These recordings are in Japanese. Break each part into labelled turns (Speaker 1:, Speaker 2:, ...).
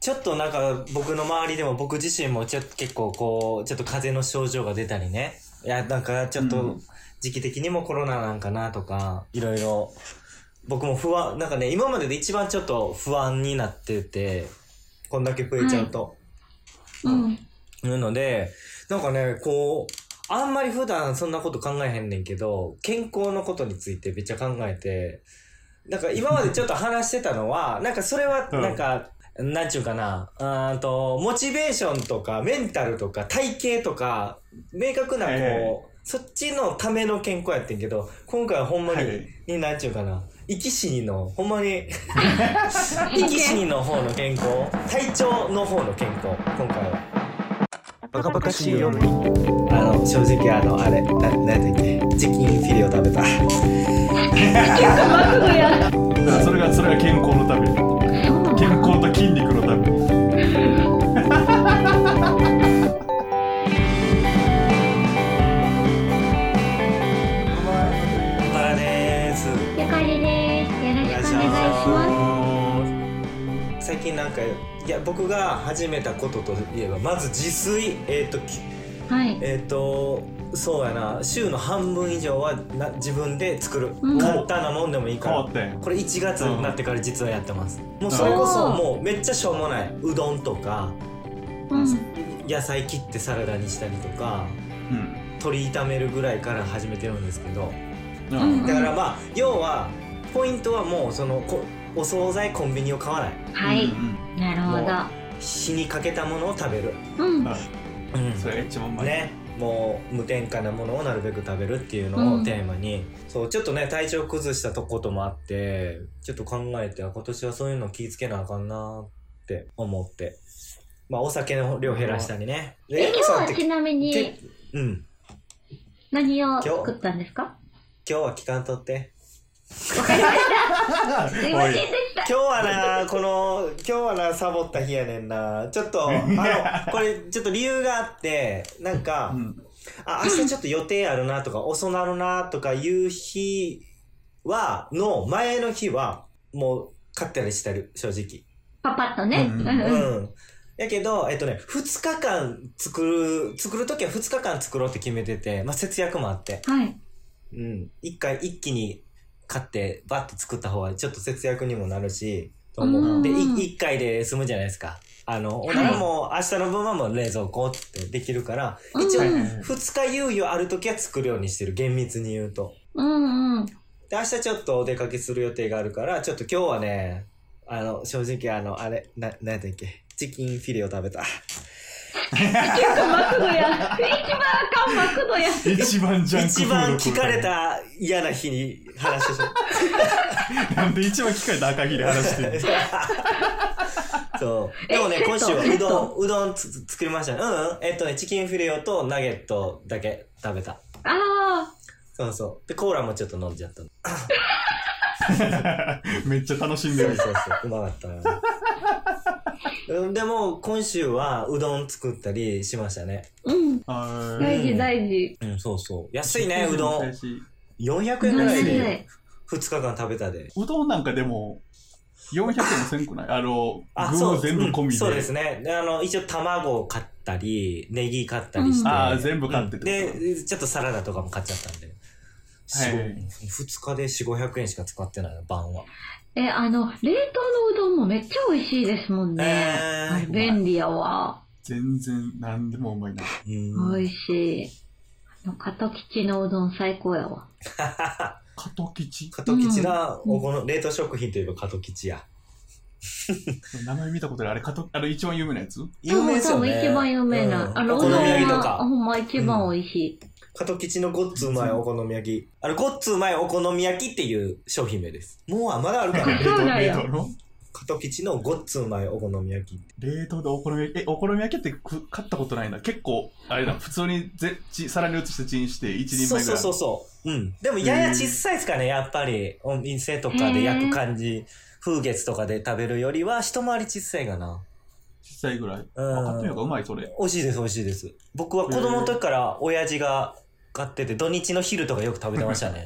Speaker 1: ちょっとなんか僕の周りでも僕自身もちょっと結構こう、ちょっと風邪の症状が出たりね。いや、なんかちょっ
Speaker 2: う
Speaker 1: と
Speaker 2: ん
Speaker 1: 時期的にもコロナなんかなとか、いろいろ。僕も不安、なんかね、今までで一番ちょっと不安になってて、こんだけ増えちゃうと。
Speaker 2: うん。
Speaker 1: いうので、なんかね、こう、あんまり普段そんなこと考えへんねんけど、健康のことについてめっちゃ考えて、なんか今までちょっと話してたの は、なんかそれは、
Speaker 2: うん
Speaker 1: なんか、なんちゅうかな、うーんと、モチベーションとか、メンタルとか、体型とか、明確なこう、
Speaker 2: はいはい
Speaker 1: そっちのための健康やってんけど、今回はほんまに、
Speaker 2: はい
Speaker 1: になんちゅうかな、生き死にの、ほんま に、生き死にの方の健康、体調の方の健康、今回は。バカバカしいよあの正直あのあれななんだっけチキンフィレを食べた
Speaker 2: だからそれがそれが健康のために健康と筋肉のために
Speaker 1: バラです
Speaker 3: ゆかりです。よろしくお願いしま
Speaker 1: 最近なんかいや僕が始めたことといえばまず自炊えっ、とき
Speaker 3: す。はい。
Speaker 1: えっ、とそうやな週の半分以上はな自分で作る、
Speaker 3: うん
Speaker 1: 簡単なもんでもいいか
Speaker 2: 変わ
Speaker 1: ら
Speaker 2: ったやん
Speaker 1: これ1月になってから実はやってます、もうそれこそ
Speaker 3: おー
Speaker 1: もうめっちゃしょうもないうどんとか
Speaker 3: うん。
Speaker 1: 野菜切ってサラダにしたりとか鶏炒めるぐらいから始めてるんですけど
Speaker 2: うん、
Speaker 3: うん
Speaker 1: だからまあ要はポイントはもうそのこお惣菜コンビニを買わない
Speaker 3: はい。
Speaker 2: う
Speaker 3: なる
Speaker 1: 火にかけたものを食べる、
Speaker 3: ほど。うん
Speaker 2: ん。
Speaker 1: うん
Speaker 2: それが一番うまい
Speaker 1: ねもう無添加なものをなるべく食べるっていうの
Speaker 3: う
Speaker 1: を
Speaker 3: ん
Speaker 1: テーマに、そうちょっとね体調崩したとこともあってちょっと考えてあ今年はそういうの気ぃつけなあかんなって思ってまあお酒の量減らしたりねで
Speaker 3: え、
Speaker 1: ヤ
Speaker 3: 今
Speaker 1: コ
Speaker 3: 日
Speaker 1: さん
Speaker 3: は
Speaker 1: って
Speaker 3: ちなみに
Speaker 1: けうん
Speaker 3: 何を
Speaker 1: 日
Speaker 3: 作ったんですか
Speaker 1: 今日は期間と って
Speaker 3: すいませんでした。
Speaker 1: 今日はなこの今日はなサボった日やねんなちょっとあ のこれちょっと理由があってなんか、
Speaker 2: うん
Speaker 1: あ明日ちょっと予定あるなとか遅なるなとかいう日はの前の日はもう買ったりしてる正直
Speaker 3: パパッとね。
Speaker 2: うん
Speaker 3: うんうん
Speaker 1: うんやけど、えっとね、2日間作る、作るときは2日間作ろうって決めてて、まあ、節約もあって。
Speaker 3: はい。
Speaker 1: うん。一回一気に買って、バッと作った方がちょっと節約にもなるし、と思
Speaker 3: う
Speaker 1: う。
Speaker 3: ん
Speaker 1: で、い一回で済むじゃないですか。あの、おならも明日の分はもう冷蔵庫ってできるから、一応
Speaker 3: うん
Speaker 1: 二日猶予ある時は作るようにしてる、厳密に言うと。
Speaker 3: うんうん。
Speaker 1: で、明日ちょっとお出かけする予定があるから、ちょっと今日はね、あの、正直あの、あれ、な、なんやったっけ、チキンフィレを食べた。
Speaker 3: マクドや。一番あかんマクドや。
Speaker 2: 一番ジャンク
Speaker 1: 一
Speaker 2: フード
Speaker 1: 番
Speaker 2: 食
Speaker 1: 聞
Speaker 2: う
Speaker 1: かれた嫌な日に話してしまった。
Speaker 2: なんで一番聞かれた赤切り話して る
Speaker 1: そう。
Speaker 3: え
Speaker 1: でもね、
Speaker 3: セット
Speaker 1: 今週は
Speaker 3: セ
Speaker 1: う
Speaker 3: ッ
Speaker 1: ど
Speaker 3: ト
Speaker 1: ん、うどんつつ作りましたね。うん、うん。えっとね、チキンフィレオとナゲットだけ食べた。
Speaker 3: あ
Speaker 1: そうそう。で、コーラもちょっと飲んじゃった。そう
Speaker 2: めっちゃ楽しんで
Speaker 1: そうそ
Speaker 2: る
Speaker 1: う。うまかったな。うんでも、今週はうどん作ったりしましたね。
Speaker 3: あ。うん。
Speaker 2: はーい
Speaker 3: 大事大事。
Speaker 1: うん、そうそう。安いね、うどん。
Speaker 2: 安いう
Speaker 1: 400円ぐら
Speaker 3: 大
Speaker 1: い
Speaker 3: 事
Speaker 1: で2日間食べたで。
Speaker 2: うどんなんかでも400円もせんくないあの
Speaker 1: あ、
Speaker 2: 具
Speaker 1: そ
Speaker 2: を
Speaker 1: う。
Speaker 2: 全部込み
Speaker 1: うん
Speaker 2: で、
Speaker 1: そうですね。であの、一応卵を買ったり、ネギ買ったりして。
Speaker 3: うん
Speaker 2: ああ全部買ってってことか
Speaker 1: で、ちょっとサラダとかも買っちゃったんで。
Speaker 2: はい
Speaker 1: 四五二日で4、500円しか使ってないの、晩は。
Speaker 3: え、あの、冷凍のうどんもめっちゃ美味しいですもんね。
Speaker 1: えー
Speaker 3: あれ便利やわ。
Speaker 2: 全然何でもうまいな
Speaker 1: うん
Speaker 3: 美味しい。あの、加藤吉のうどん最高やわ。
Speaker 2: 加藤吉
Speaker 1: 加藤吉な、おこの冷凍食品といえば加藤吉や。
Speaker 2: 名前見たことないあれ加藤あれ一番有名なやつ
Speaker 1: 有名ですよね。
Speaker 3: 多分一番有名な。
Speaker 1: うん
Speaker 3: あの、
Speaker 1: お
Speaker 3: う
Speaker 1: 好
Speaker 3: どん
Speaker 1: み焼きと
Speaker 3: は、ほ
Speaker 1: か。
Speaker 3: んま一番美味しい。
Speaker 1: 加藤吉のごっつうまいお好み焼き。あれ、ごっつうまいお好み焼きっていう商品名です。もう、あまだあるか
Speaker 3: う
Speaker 1: な
Speaker 3: あそうなん
Speaker 2: 冷
Speaker 3: や
Speaker 2: 凍の
Speaker 1: 加藤吉のごっつうまいお好み焼き。
Speaker 2: 冷凍でお好み焼きえお好み焼きってく買ったことないな結構あれだ普通にぜち皿に移してチンして1人
Speaker 1: そう
Speaker 2: 前ぐ
Speaker 1: そ
Speaker 2: ら
Speaker 1: う
Speaker 2: い
Speaker 1: そうそう。うん。でも、やや小さいですかね、やっぱり。お店とかで焼く感じ。風月とかで食べるよりは、一回り小さいかな。
Speaker 2: 小さいぐらい
Speaker 1: うん
Speaker 2: あ買ってみようかうまいそれ
Speaker 1: 美味しいです、美味しいです。 僕は子供の時から親父が買ってて、土日の昼とかよく食べてましたね。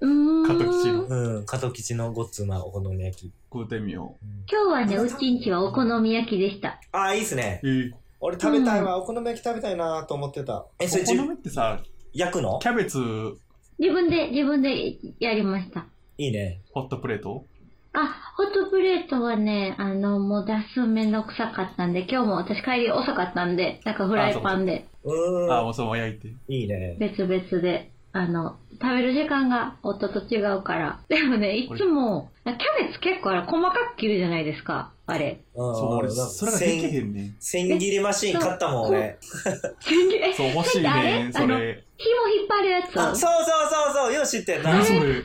Speaker 3: うーん。
Speaker 2: 加藤吉郎
Speaker 1: うん、加藤吉のごっつうまいお好み焼き。
Speaker 2: 食うてみよ
Speaker 1: うん
Speaker 3: 今日はね、うちんちはお好み焼きでした。
Speaker 1: ああ、いいっすね。
Speaker 2: う。え
Speaker 1: 俺食べたいわ、お好み焼き食べたいなと思ってた。え、それ
Speaker 2: ー、
Speaker 1: じ
Speaker 2: お好みってさ、
Speaker 1: 焼くの
Speaker 2: キャベツ
Speaker 3: 自分で、自分でやりました。
Speaker 1: いいね。
Speaker 2: ホットプレート
Speaker 3: あ、ホットプレートはね、あの、もう出すのめんどくさかったんで、今日も私帰り遅かったんで、なんかフライパンで、
Speaker 1: う
Speaker 2: ああ、
Speaker 1: ーん。
Speaker 2: もうそのまま焼いて。
Speaker 1: いいね。
Speaker 3: 別々で、あの、食べる時間が夫と違うから。でもね、いつも、キャベツ結構あれ細かく切るじゃないですか、あれ。
Speaker 1: うん。
Speaker 2: そう、俺、
Speaker 1: なんか
Speaker 2: それができへんねん。
Speaker 1: 千千切りマシーン買ったもん、俺。
Speaker 3: 全然、え、
Speaker 2: そう、欲しいねん、
Speaker 3: だ
Speaker 2: そ
Speaker 3: ってあれ
Speaker 2: れ。
Speaker 3: 紐引っ張るやつ。
Speaker 1: あ、そうそうそうそう、よう知ってん
Speaker 3: あ
Speaker 1: な
Speaker 3: れ。
Speaker 2: それ
Speaker 3: 私欲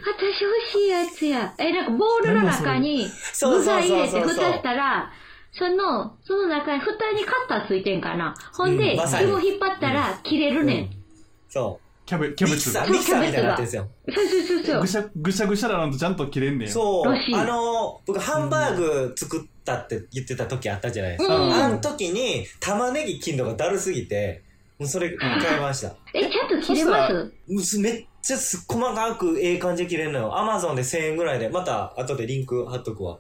Speaker 3: しいやつや。え、なんかボールの中に
Speaker 1: そう
Speaker 3: 具
Speaker 1: そう
Speaker 3: 材入
Speaker 1: そう
Speaker 3: れて
Speaker 1: そう
Speaker 3: 蓋
Speaker 1: そう
Speaker 3: し。たら、その、その中に蓋にカッターついてんかな。ほん
Speaker 1: う
Speaker 3: で、
Speaker 1: んまさに
Speaker 3: 紐引っ張ったら切れるねん。
Speaker 1: そ
Speaker 2: キャベキ
Speaker 1: う。
Speaker 2: ャ
Speaker 1: ミ
Speaker 2: ベ
Speaker 1: キ
Speaker 2: ツ
Speaker 1: サ
Speaker 2: が
Speaker 1: ー、。ミキサーみたいになってるんですよ。
Speaker 3: そうそうそう
Speaker 2: ぐ
Speaker 3: そう。
Speaker 2: しゃぐしゃぐしゃだなんとちゃんと切れんねん。う。
Speaker 1: そう。
Speaker 3: らしい
Speaker 1: あの、僕、ハンバーグ作ったって言ってた時あったじゃないですか。
Speaker 2: うん
Speaker 1: あの時に、玉ねぎ切るのがだるすぎて、もうそれ買いました。
Speaker 3: え、ちゃんと切れます
Speaker 1: もうめっちゃす細かくええ感じで切れるのよ。アマゾンで1000円ぐらいで、また後でリンク貼っとくわ。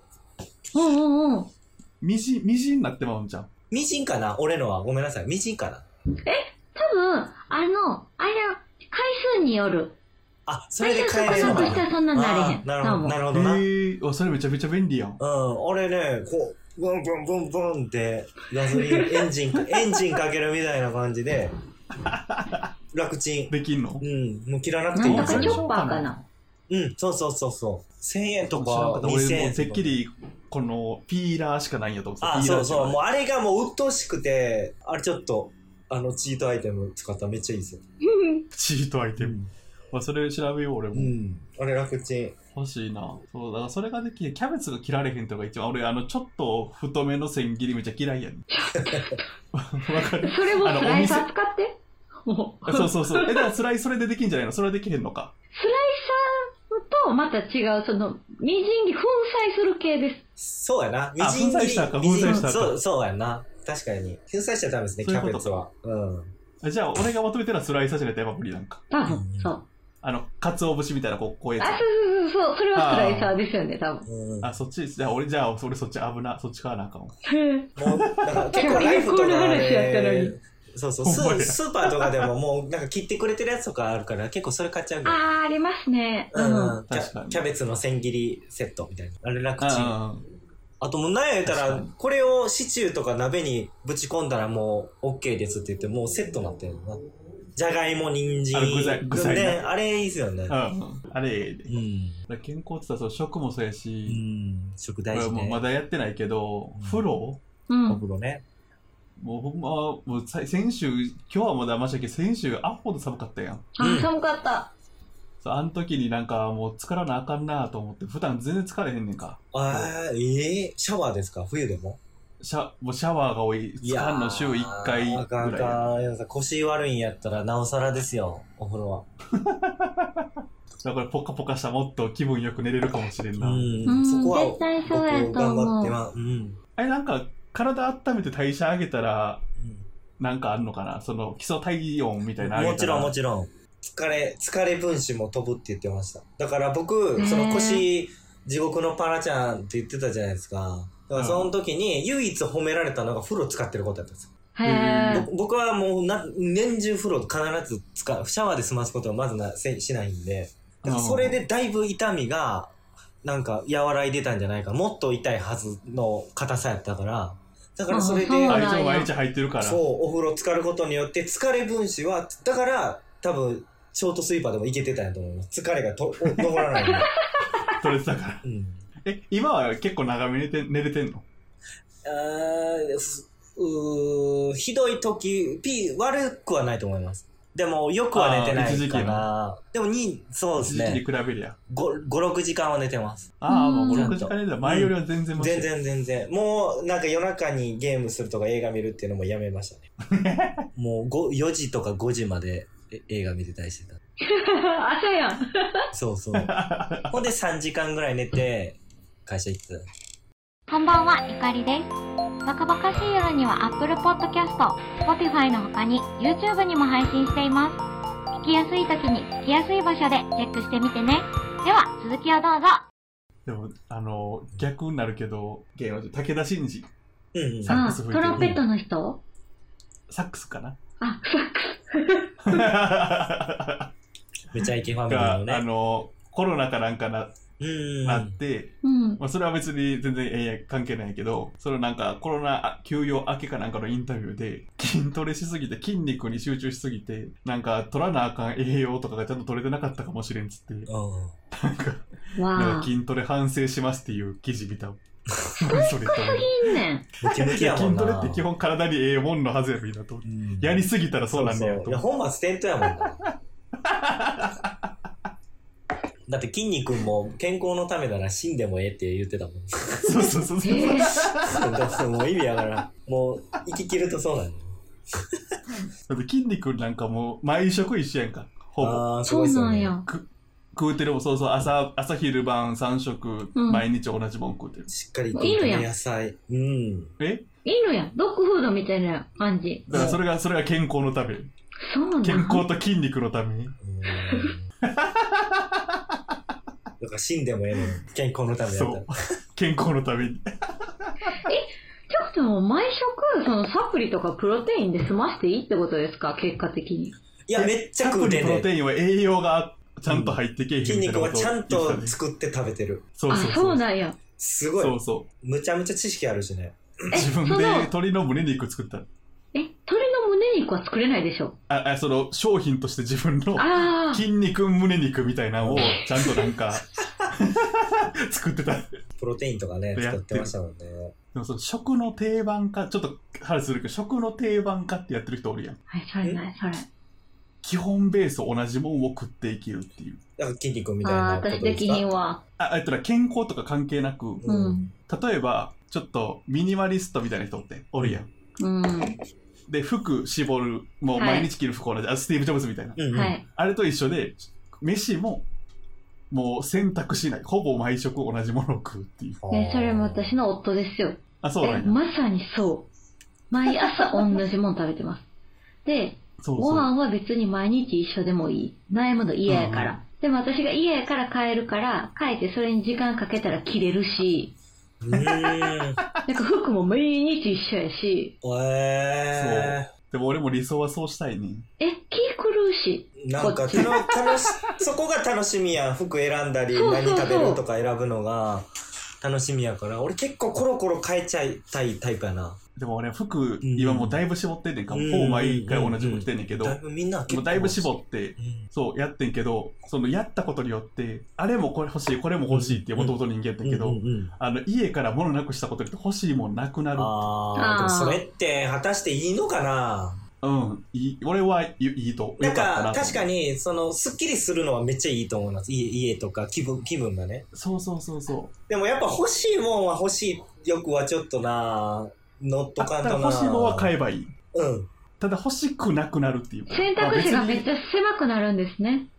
Speaker 3: うんうんうん。
Speaker 2: みじん、みじんになってまうんじゃん。
Speaker 1: みじんかな俺のは。ごめんなさい。みじんかな
Speaker 3: 多分、あの、あれ、回数による。
Speaker 1: あ、そ
Speaker 3: 回
Speaker 1: れで
Speaker 3: 数
Speaker 1: 買
Speaker 3: と
Speaker 1: える
Speaker 3: か
Speaker 1: の
Speaker 3: なく
Speaker 1: か
Speaker 3: したらそんなになれへ
Speaker 1: あ
Speaker 3: ん。
Speaker 1: ーなるほ
Speaker 3: ど
Speaker 1: ど、
Speaker 3: うも
Speaker 1: なるほどな。
Speaker 2: ええ、わそれめちゃめちゃ便利やん。
Speaker 1: うん、俺ね、こう、ブンブンブンブンって、ガソ リン、エンジンか、エンジンかけるみたいな感じで、楽ちん。
Speaker 2: できんの
Speaker 1: うん、もう切らなく
Speaker 3: な
Speaker 1: ていい
Speaker 3: ん
Speaker 1: で
Speaker 3: と
Speaker 1: す
Speaker 3: か
Speaker 1: よ
Speaker 3: チョッパーかな。
Speaker 1: うん、そうそうそうそう。1000円と
Speaker 2: 知らん
Speaker 1: か
Speaker 2: っ、た俺
Speaker 1: 2000
Speaker 2: も
Speaker 1: 円
Speaker 2: うてっきりこのピーラーしかないんやと思ってた
Speaker 1: あ、
Speaker 2: ピー
Speaker 1: そ
Speaker 2: ラー
Speaker 1: う
Speaker 2: しか
Speaker 1: そう。
Speaker 2: ない
Speaker 1: もうあれがもう鬱陶しくて、あれちょっと、あの、チートアイテム使ったらめっちゃいいですよ。
Speaker 2: チートアイテム、まあ、それ調べよう俺も、
Speaker 1: うん。あれ楽ちん。
Speaker 2: 欲しいなそうだからそれができキャベツが切られへんとか一番俺あのちょっと太めの千切りめっちゃ嫌いやね んわかる
Speaker 3: それも
Speaker 2: あの
Speaker 3: スライサー使って。 もう
Speaker 2: そうそうそうえだからスライスそれでできんじゃないのそれはできへんのか
Speaker 3: スライサーとまた違う、その、みじん切り粉砕する系です。
Speaker 1: そうやな。み
Speaker 2: あ
Speaker 1: じん切
Speaker 2: 粉
Speaker 1: り。
Speaker 2: 砕したか
Speaker 1: みじん
Speaker 2: 粉砕したか
Speaker 1: そう、そうやな。確かに。粉砕しちゃダメですね、
Speaker 2: そ
Speaker 1: キ
Speaker 2: うい
Speaker 1: ャ
Speaker 2: うこと
Speaker 1: ベツは。うん。
Speaker 2: あじゃあ俺が求めてるのはスライサーじゃないとやっぱ無理なんか
Speaker 3: 多
Speaker 1: う
Speaker 3: 分
Speaker 1: ん、
Speaker 3: そう。
Speaker 2: あの鰹節みたいなこうこういうや
Speaker 3: あ、そうそうそうそう、それはスライサーですよね、多分。
Speaker 1: うん
Speaker 2: つあそっちじゃあ俺じゃあ俺そっち危なそっち買わなあかんわ
Speaker 1: もうなんか結構 ライフとか
Speaker 3: こんな話やったの
Speaker 1: で
Speaker 3: に
Speaker 1: そうそう
Speaker 2: ほんまや
Speaker 1: ススーパーとかでももうなんか切ってくれてるやつとかあるから結構それ買っちゃうよ
Speaker 3: あー、ありますね。
Speaker 1: う
Speaker 3: うんん。
Speaker 1: うん、キ
Speaker 2: 確か
Speaker 1: ャ
Speaker 2: に
Speaker 1: キャベツの千切りセットみたいなあれ楽ちん
Speaker 2: あ
Speaker 1: あともう何や言った
Speaker 2: 確からに
Speaker 1: これをシチューとか鍋にぶち込んだらもう OK ですって言ってもうセットになってるなじゃがいも人参
Speaker 2: あの具材具材な
Speaker 1: ねあれいいですよね
Speaker 2: うんうんあれ
Speaker 1: うん、
Speaker 2: 健康って言ったらそう食もそうや
Speaker 1: う
Speaker 2: し、
Speaker 1: ん、食大
Speaker 2: 俺
Speaker 1: 事
Speaker 2: もう
Speaker 1: ね
Speaker 2: まだやってないけど、
Speaker 1: うん
Speaker 2: 風呂
Speaker 3: うん
Speaker 1: お。風呂ね
Speaker 2: もうほんま、もうさ先週、今日はまだましたけど、先週、アホほど寒かったやん。
Speaker 1: うん
Speaker 3: あ、寒かった。
Speaker 2: そうあの時になんかもう疲らなあかんなあと思って、普段全然疲れへんねんか。
Speaker 1: あーええシャワーですか冬でも
Speaker 2: シャもうシャワーが多い、
Speaker 1: いや
Speaker 2: 使うの週1回
Speaker 1: あかんあ
Speaker 2: ぐらい。
Speaker 1: かん山田さん腰悪いんやったらなおさらですよお風呂は
Speaker 2: だからポカポカしたもっと気分よく寝れるかもしれんな。
Speaker 1: う
Speaker 3: うん
Speaker 1: んそこは
Speaker 3: 絶対
Speaker 1: 僕
Speaker 3: そうやと思う
Speaker 1: 頑張ってますうんうん
Speaker 2: あれなんか、体温めて代謝上げたら、なんかあんのかなその基礎体温みたいなの上
Speaker 1: も
Speaker 2: げ
Speaker 1: ち
Speaker 2: た
Speaker 1: ろんも
Speaker 2: ら。
Speaker 1: ちろん疲れ疲れ分子も飛ぶって言ってましただから
Speaker 3: へ
Speaker 1: 僕
Speaker 3: ー
Speaker 1: その腰地獄のパラちゃんって言ってたじゃないですかだからその時に唯一褒められたのが風呂使ってることだったんですよ
Speaker 3: へ
Speaker 2: う
Speaker 3: え。
Speaker 1: 僕僕はもうな年中風呂必ず使うシャワーで済ますことはまずなせしないんでだからそれでだいぶ痛みがなんか和らいでたんじゃないかもっと痛いはずの硬さやったからだからそれ
Speaker 3: あそう
Speaker 1: で
Speaker 2: あ
Speaker 3: なん
Speaker 2: れじゃ毎日入ってるから。
Speaker 1: そうお風呂浸かることによって疲れ分子はだから多分ショートスイーパーでもいけてたんやと思います疲れがとお残らないよ
Speaker 2: 取れてたから。
Speaker 1: うに、うん、
Speaker 2: え、今は結構長めに寝て寝れてんの
Speaker 1: あーすうーひどい時ピー悪くはないと思いますでもよくは寝てな
Speaker 2: あー一時
Speaker 1: い
Speaker 2: 期の
Speaker 1: かなでもにそうです
Speaker 2: 一時期に
Speaker 1: ね
Speaker 2: 比べりゃ。
Speaker 1: 56時間は寝てます
Speaker 2: ああ、
Speaker 3: うん
Speaker 2: もう5、6時間寝たら前よりは全然マシ
Speaker 1: 全。然全然もうなんか夜中にゲームするとか映画見るっていうのもやめました ねもうご4時とか5時までえ映画見てたりしてた
Speaker 3: 朝やん。
Speaker 1: そうそう ほんで3時間ぐらい寝て会社行ってた
Speaker 4: こんばんは、ゆかりです。バカバカしい夜には Apple Podcast、Spotify の他に YouTube にも配信しています。聞きやすい時に聞きやすい場所でチェックしてみてね。では、続きをどうぞ。
Speaker 2: でも、あの、逆になるけど、芸能人、武田真治、
Speaker 1: うんうん。
Speaker 2: サッ
Speaker 3: あ
Speaker 2: クス吹いて
Speaker 3: ト
Speaker 2: る
Speaker 3: ランペットの人
Speaker 2: サックスかな
Speaker 3: あ、サック
Speaker 2: が、
Speaker 1: めちゃイケファミリーの
Speaker 2: あ
Speaker 1: ね。
Speaker 2: の、コロナかなんかな
Speaker 1: うん。
Speaker 2: なって、
Speaker 3: ス。うん。
Speaker 2: まあ、それは別に全然ええや関係ないけど、そのなんかコロナ休養明けかなんかのインタビューで、筋トレしすぎて筋肉に集中しすぎて、なんか取らなあかん栄養とかがちゃんと取れてなかったかもしれんっつって、
Speaker 1: うん。
Speaker 2: なんか、なん
Speaker 3: わ
Speaker 2: か
Speaker 3: あ。
Speaker 2: 筋トレ反省しますっていう記事見た。それと
Speaker 3: いいねん。
Speaker 1: ムキムキやも
Speaker 2: 筋
Speaker 1: んな。
Speaker 2: トレって基本体にええもんのはずやみんなと。
Speaker 1: うん
Speaker 2: やりすぎたらそうなんねや
Speaker 1: そうそう
Speaker 2: と
Speaker 1: いや、。本末転倒やもんな。 だって、筋肉も健康のためなら死んでもええって言って たもん。
Speaker 2: そうそうそうそう。
Speaker 3: え
Speaker 1: だってもう意味やからん、もう、生き切るとそうなの。
Speaker 2: だって筋肉なんかもう毎食一緒やんか。ほぼ。
Speaker 1: ああー、す
Speaker 3: そ
Speaker 1: ごいうっす
Speaker 3: な
Speaker 1: よ
Speaker 3: ん
Speaker 1: ね。
Speaker 3: や。
Speaker 2: 食うてるもんそうそう朝朝昼晩3食
Speaker 3: うん
Speaker 2: 毎日同じもん食うてる、
Speaker 1: しっかりと、
Speaker 3: いるやん
Speaker 1: 野菜。うん。
Speaker 2: え
Speaker 3: 犬やん。ドッグフードみたいな感じ。
Speaker 2: だからそれがそれが健康のため
Speaker 3: そうなん
Speaker 2: 健康と筋肉のために
Speaker 1: うんだから死んでもええのよ健康のためだ
Speaker 2: そ
Speaker 1: ったら
Speaker 2: う健康のために
Speaker 3: ちょっともう毎食、そのサプリとかプロテインで済ましていいってことですか結果的に。
Speaker 1: いやめっちゃ
Speaker 2: サ
Speaker 1: 食
Speaker 2: プ
Speaker 1: う
Speaker 2: リ
Speaker 1: て
Speaker 2: プ
Speaker 1: ん
Speaker 2: ロ
Speaker 1: ねん
Speaker 2: テインは栄養がちゃんと入ってけえへん
Speaker 1: 筋肉はちゃん
Speaker 2: 言って
Speaker 1: と
Speaker 2: たね
Speaker 1: 作って食べてる
Speaker 2: そう
Speaker 3: あ
Speaker 2: そう、
Speaker 3: そ
Speaker 2: そうう
Speaker 3: なんや。
Speaker 1: すご
Speaker 2: そ
Speaker 1: いう
Speaker 2: そ
Speaker 1: むちゃむちゃ知識あるしね
Speaker 2: う
Speaker 3: え
Speaker 2: 自分
Speaker 3: そ
Speaker 2: で
Speaker 3: の
Speaker 2: 鶏の胸肉作った
Speaker 3: え、鳥の胸肉は作れないでしょ
Speaker 2: ああその商品として自分の
Speaker 3: ああ。
Speaker 2: 筋肉胸肉みたいなのをちゃんとなんか 作ってた
Speaker 1: プロテインとかね
Speaker 2: やっ
Speaker 1: 作
Speaker 2: て
Speaker 1: っ
Speaker 2: る
Speaker 1: てましたもんね
Speaker 2: でもその食の定番化ちょっと話するけど食の定番化ってやってる人おるやん
Speaker 3: はい、それない、それ。
Speaker 2: 基本ベース同じもんを食って生きるっていう
Speaker 1: だから筋肉みたい
Speaker 3: ああ
Speaker 1: な
Speaker 3: ー、
Speaker 1: こと
Speaker 3: 私
Speaker 1: で
Speaker 3: ですき
Speaker 1: か
Speaker 3: ひんわ。
Speaker 2: あえっとな健康とか関係なく
Speaker 3: うん
Speaker 2: 例えばちょっとミニマリストみたいな人っておるやん
Speaker 3: うん。
Speaker 2: で服絞るもう
Speaker 3: はい
Speaker 2: 毎日着る服同じ、あスティーブ・ジョブズみたいな
Speaker 1: うんうん
Speaker 3: はい。
Speaker 2: あれと一緒で飯ももう選択しないほぼ毎食同じものを食うっていう
Speaker 3: ね、それも私の夫ですよ。
Speaker 2: あそうな
Speaker 3: え
Speaker 2: んや
Speaker 3: まさにそう。毎朝同じもん食べてます。で、
Speaker 2: そう
Speaker 3: ご
Speaker 2: そう
Speaker 3: 飯は別に毎日一緒でもいい。悩むの嫌やか
Speaker 2: うん
Speaker 3: ら。でも私が嫌やから変えるから、変えてそれに時間かけたら切れるし、
Speaker 1: う ーん
Speaker 3: なんか服も毎日一緒やし、
Speaker 1: え
Speaker 2: でも俺も理想はそうしたいね
Speaker 3: え、気狂うし、
Speaker 1: ーなんか
Speaker 3: こっち
Speaker 1: 楽楽し そこが楽しみやん服選んだり
Speaker 3: そうそうそう
Speaker 1: 何食べるとか選ぶのが楽しみやから俺結構コロコロ変えちゃいたいタイプやな
Speaker 2: でも俺服
Speaker 1: ん
Speaker 2: 今もうだいぶ絞ってんねんか、
Speaker 1: うん
Speaker 2: ほぼ毎回同じ服着てんねんけど、
Speaker 1: だいぶみんな結
Speaker 2: も
Speaker 1: 構
Speaker 2: うだいぶ絞って
Speaker 1: うん
Speaker 2: そうやってんけどそのやったことによってあれもこれ欲しいこれも欲しいってもともと人間やったけど、
Speaker 1: うんうんうん
Speaker 2: あの家から物なくしたことによって欲しいもんなくなる
Speaker 1: あー
Speaker 3: あー
Speaker 1: でもそれって果たしていいのかな
Speaker 2: うんいい俺はいいいいと
Speaker 1: な
Speaker 2: よ
Speaker 1: ん
Speaker 2: かった
Speaker 1: か
Speaker 2: なと
Speaker 1: 確かにそのすっきりするのはめっちゃいいと思います家家とか気分気分がね
Speaker 2: そうそうそうそう
Speaker 1: でもやっぱ欲しいもんは欲しいよくはちょっとな乗っと
Speaker 2: あ
Speaker 1: かん
Speaker 2: た
Speaker 1: と
Speaker 2: だ
Speaker 1: な
Speaker 2: 欲しいものは買えばいい
Speaker 1: うん
Speaker 2: ただ欲しくなくなるっていう
Speaker 3: 選択肢がめっちゃ狭くなるんですね。
Speaker 1: うん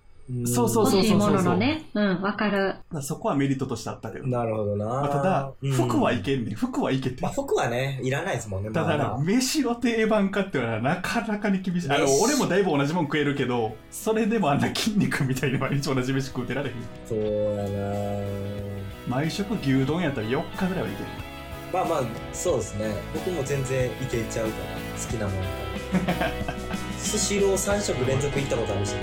Speaker 2: そうそうそう
Speaker 3: 欲しいもののね。うん、わかる。
Speaker 2: まあそこはメリットとしてあったけど、
Speaker 1: なるほどな、
Speaker 2: まあ、ただ
Speaker 1: うん
Speaker 2: 服はいけんねん服はいけてん
Speaker 1: まあ、服はねいらないですもんね
Speaker 2: ただ
Speaker 1: まあ
Speaker 2: な、飯の定番化っていうのはなかなかに厳しい。あの、
Speaker 1: 飯
Speaker 2: 俺もだいぶ同じもん食えるけど、それでもあんな筋肉みたいに毎日同じ飯食うてられへん。
Speaker 1: そうやな
Speaker 2: 毎食牛丼やったら4日ぐらいはいける。
Speaker 1: まあまあそうですね僕も全然いけちゃうから好きなもんから スシロー3食連続行ったことあるしな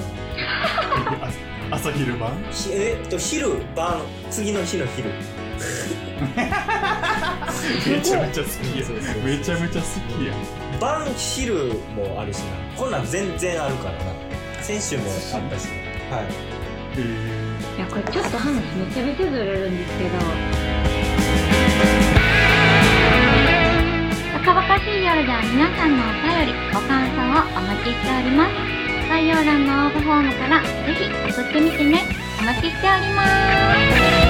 Speaker 2: あ朝昼晩
Speaker 1: ひえっと昼晩次の日の昼
Speaker 2: めちゃめちゃ好きや
Speaker 1: そうそう。
Speaker 2: めちゃめちゃ好きや。
Speaker 1: 晩昼もあるしなこんなん全然あるからな先週もあったしなはい
Speaker 2: えー
Speaker 3: いや、これちょっと話めちゃめちゃずれるんですけど。
Speaker 4: バカバカしい夜では皆さんのお便り、ご感想をお待ちしております。概要欄の応募フォームからぜひ送ってみてね。お待ちしております。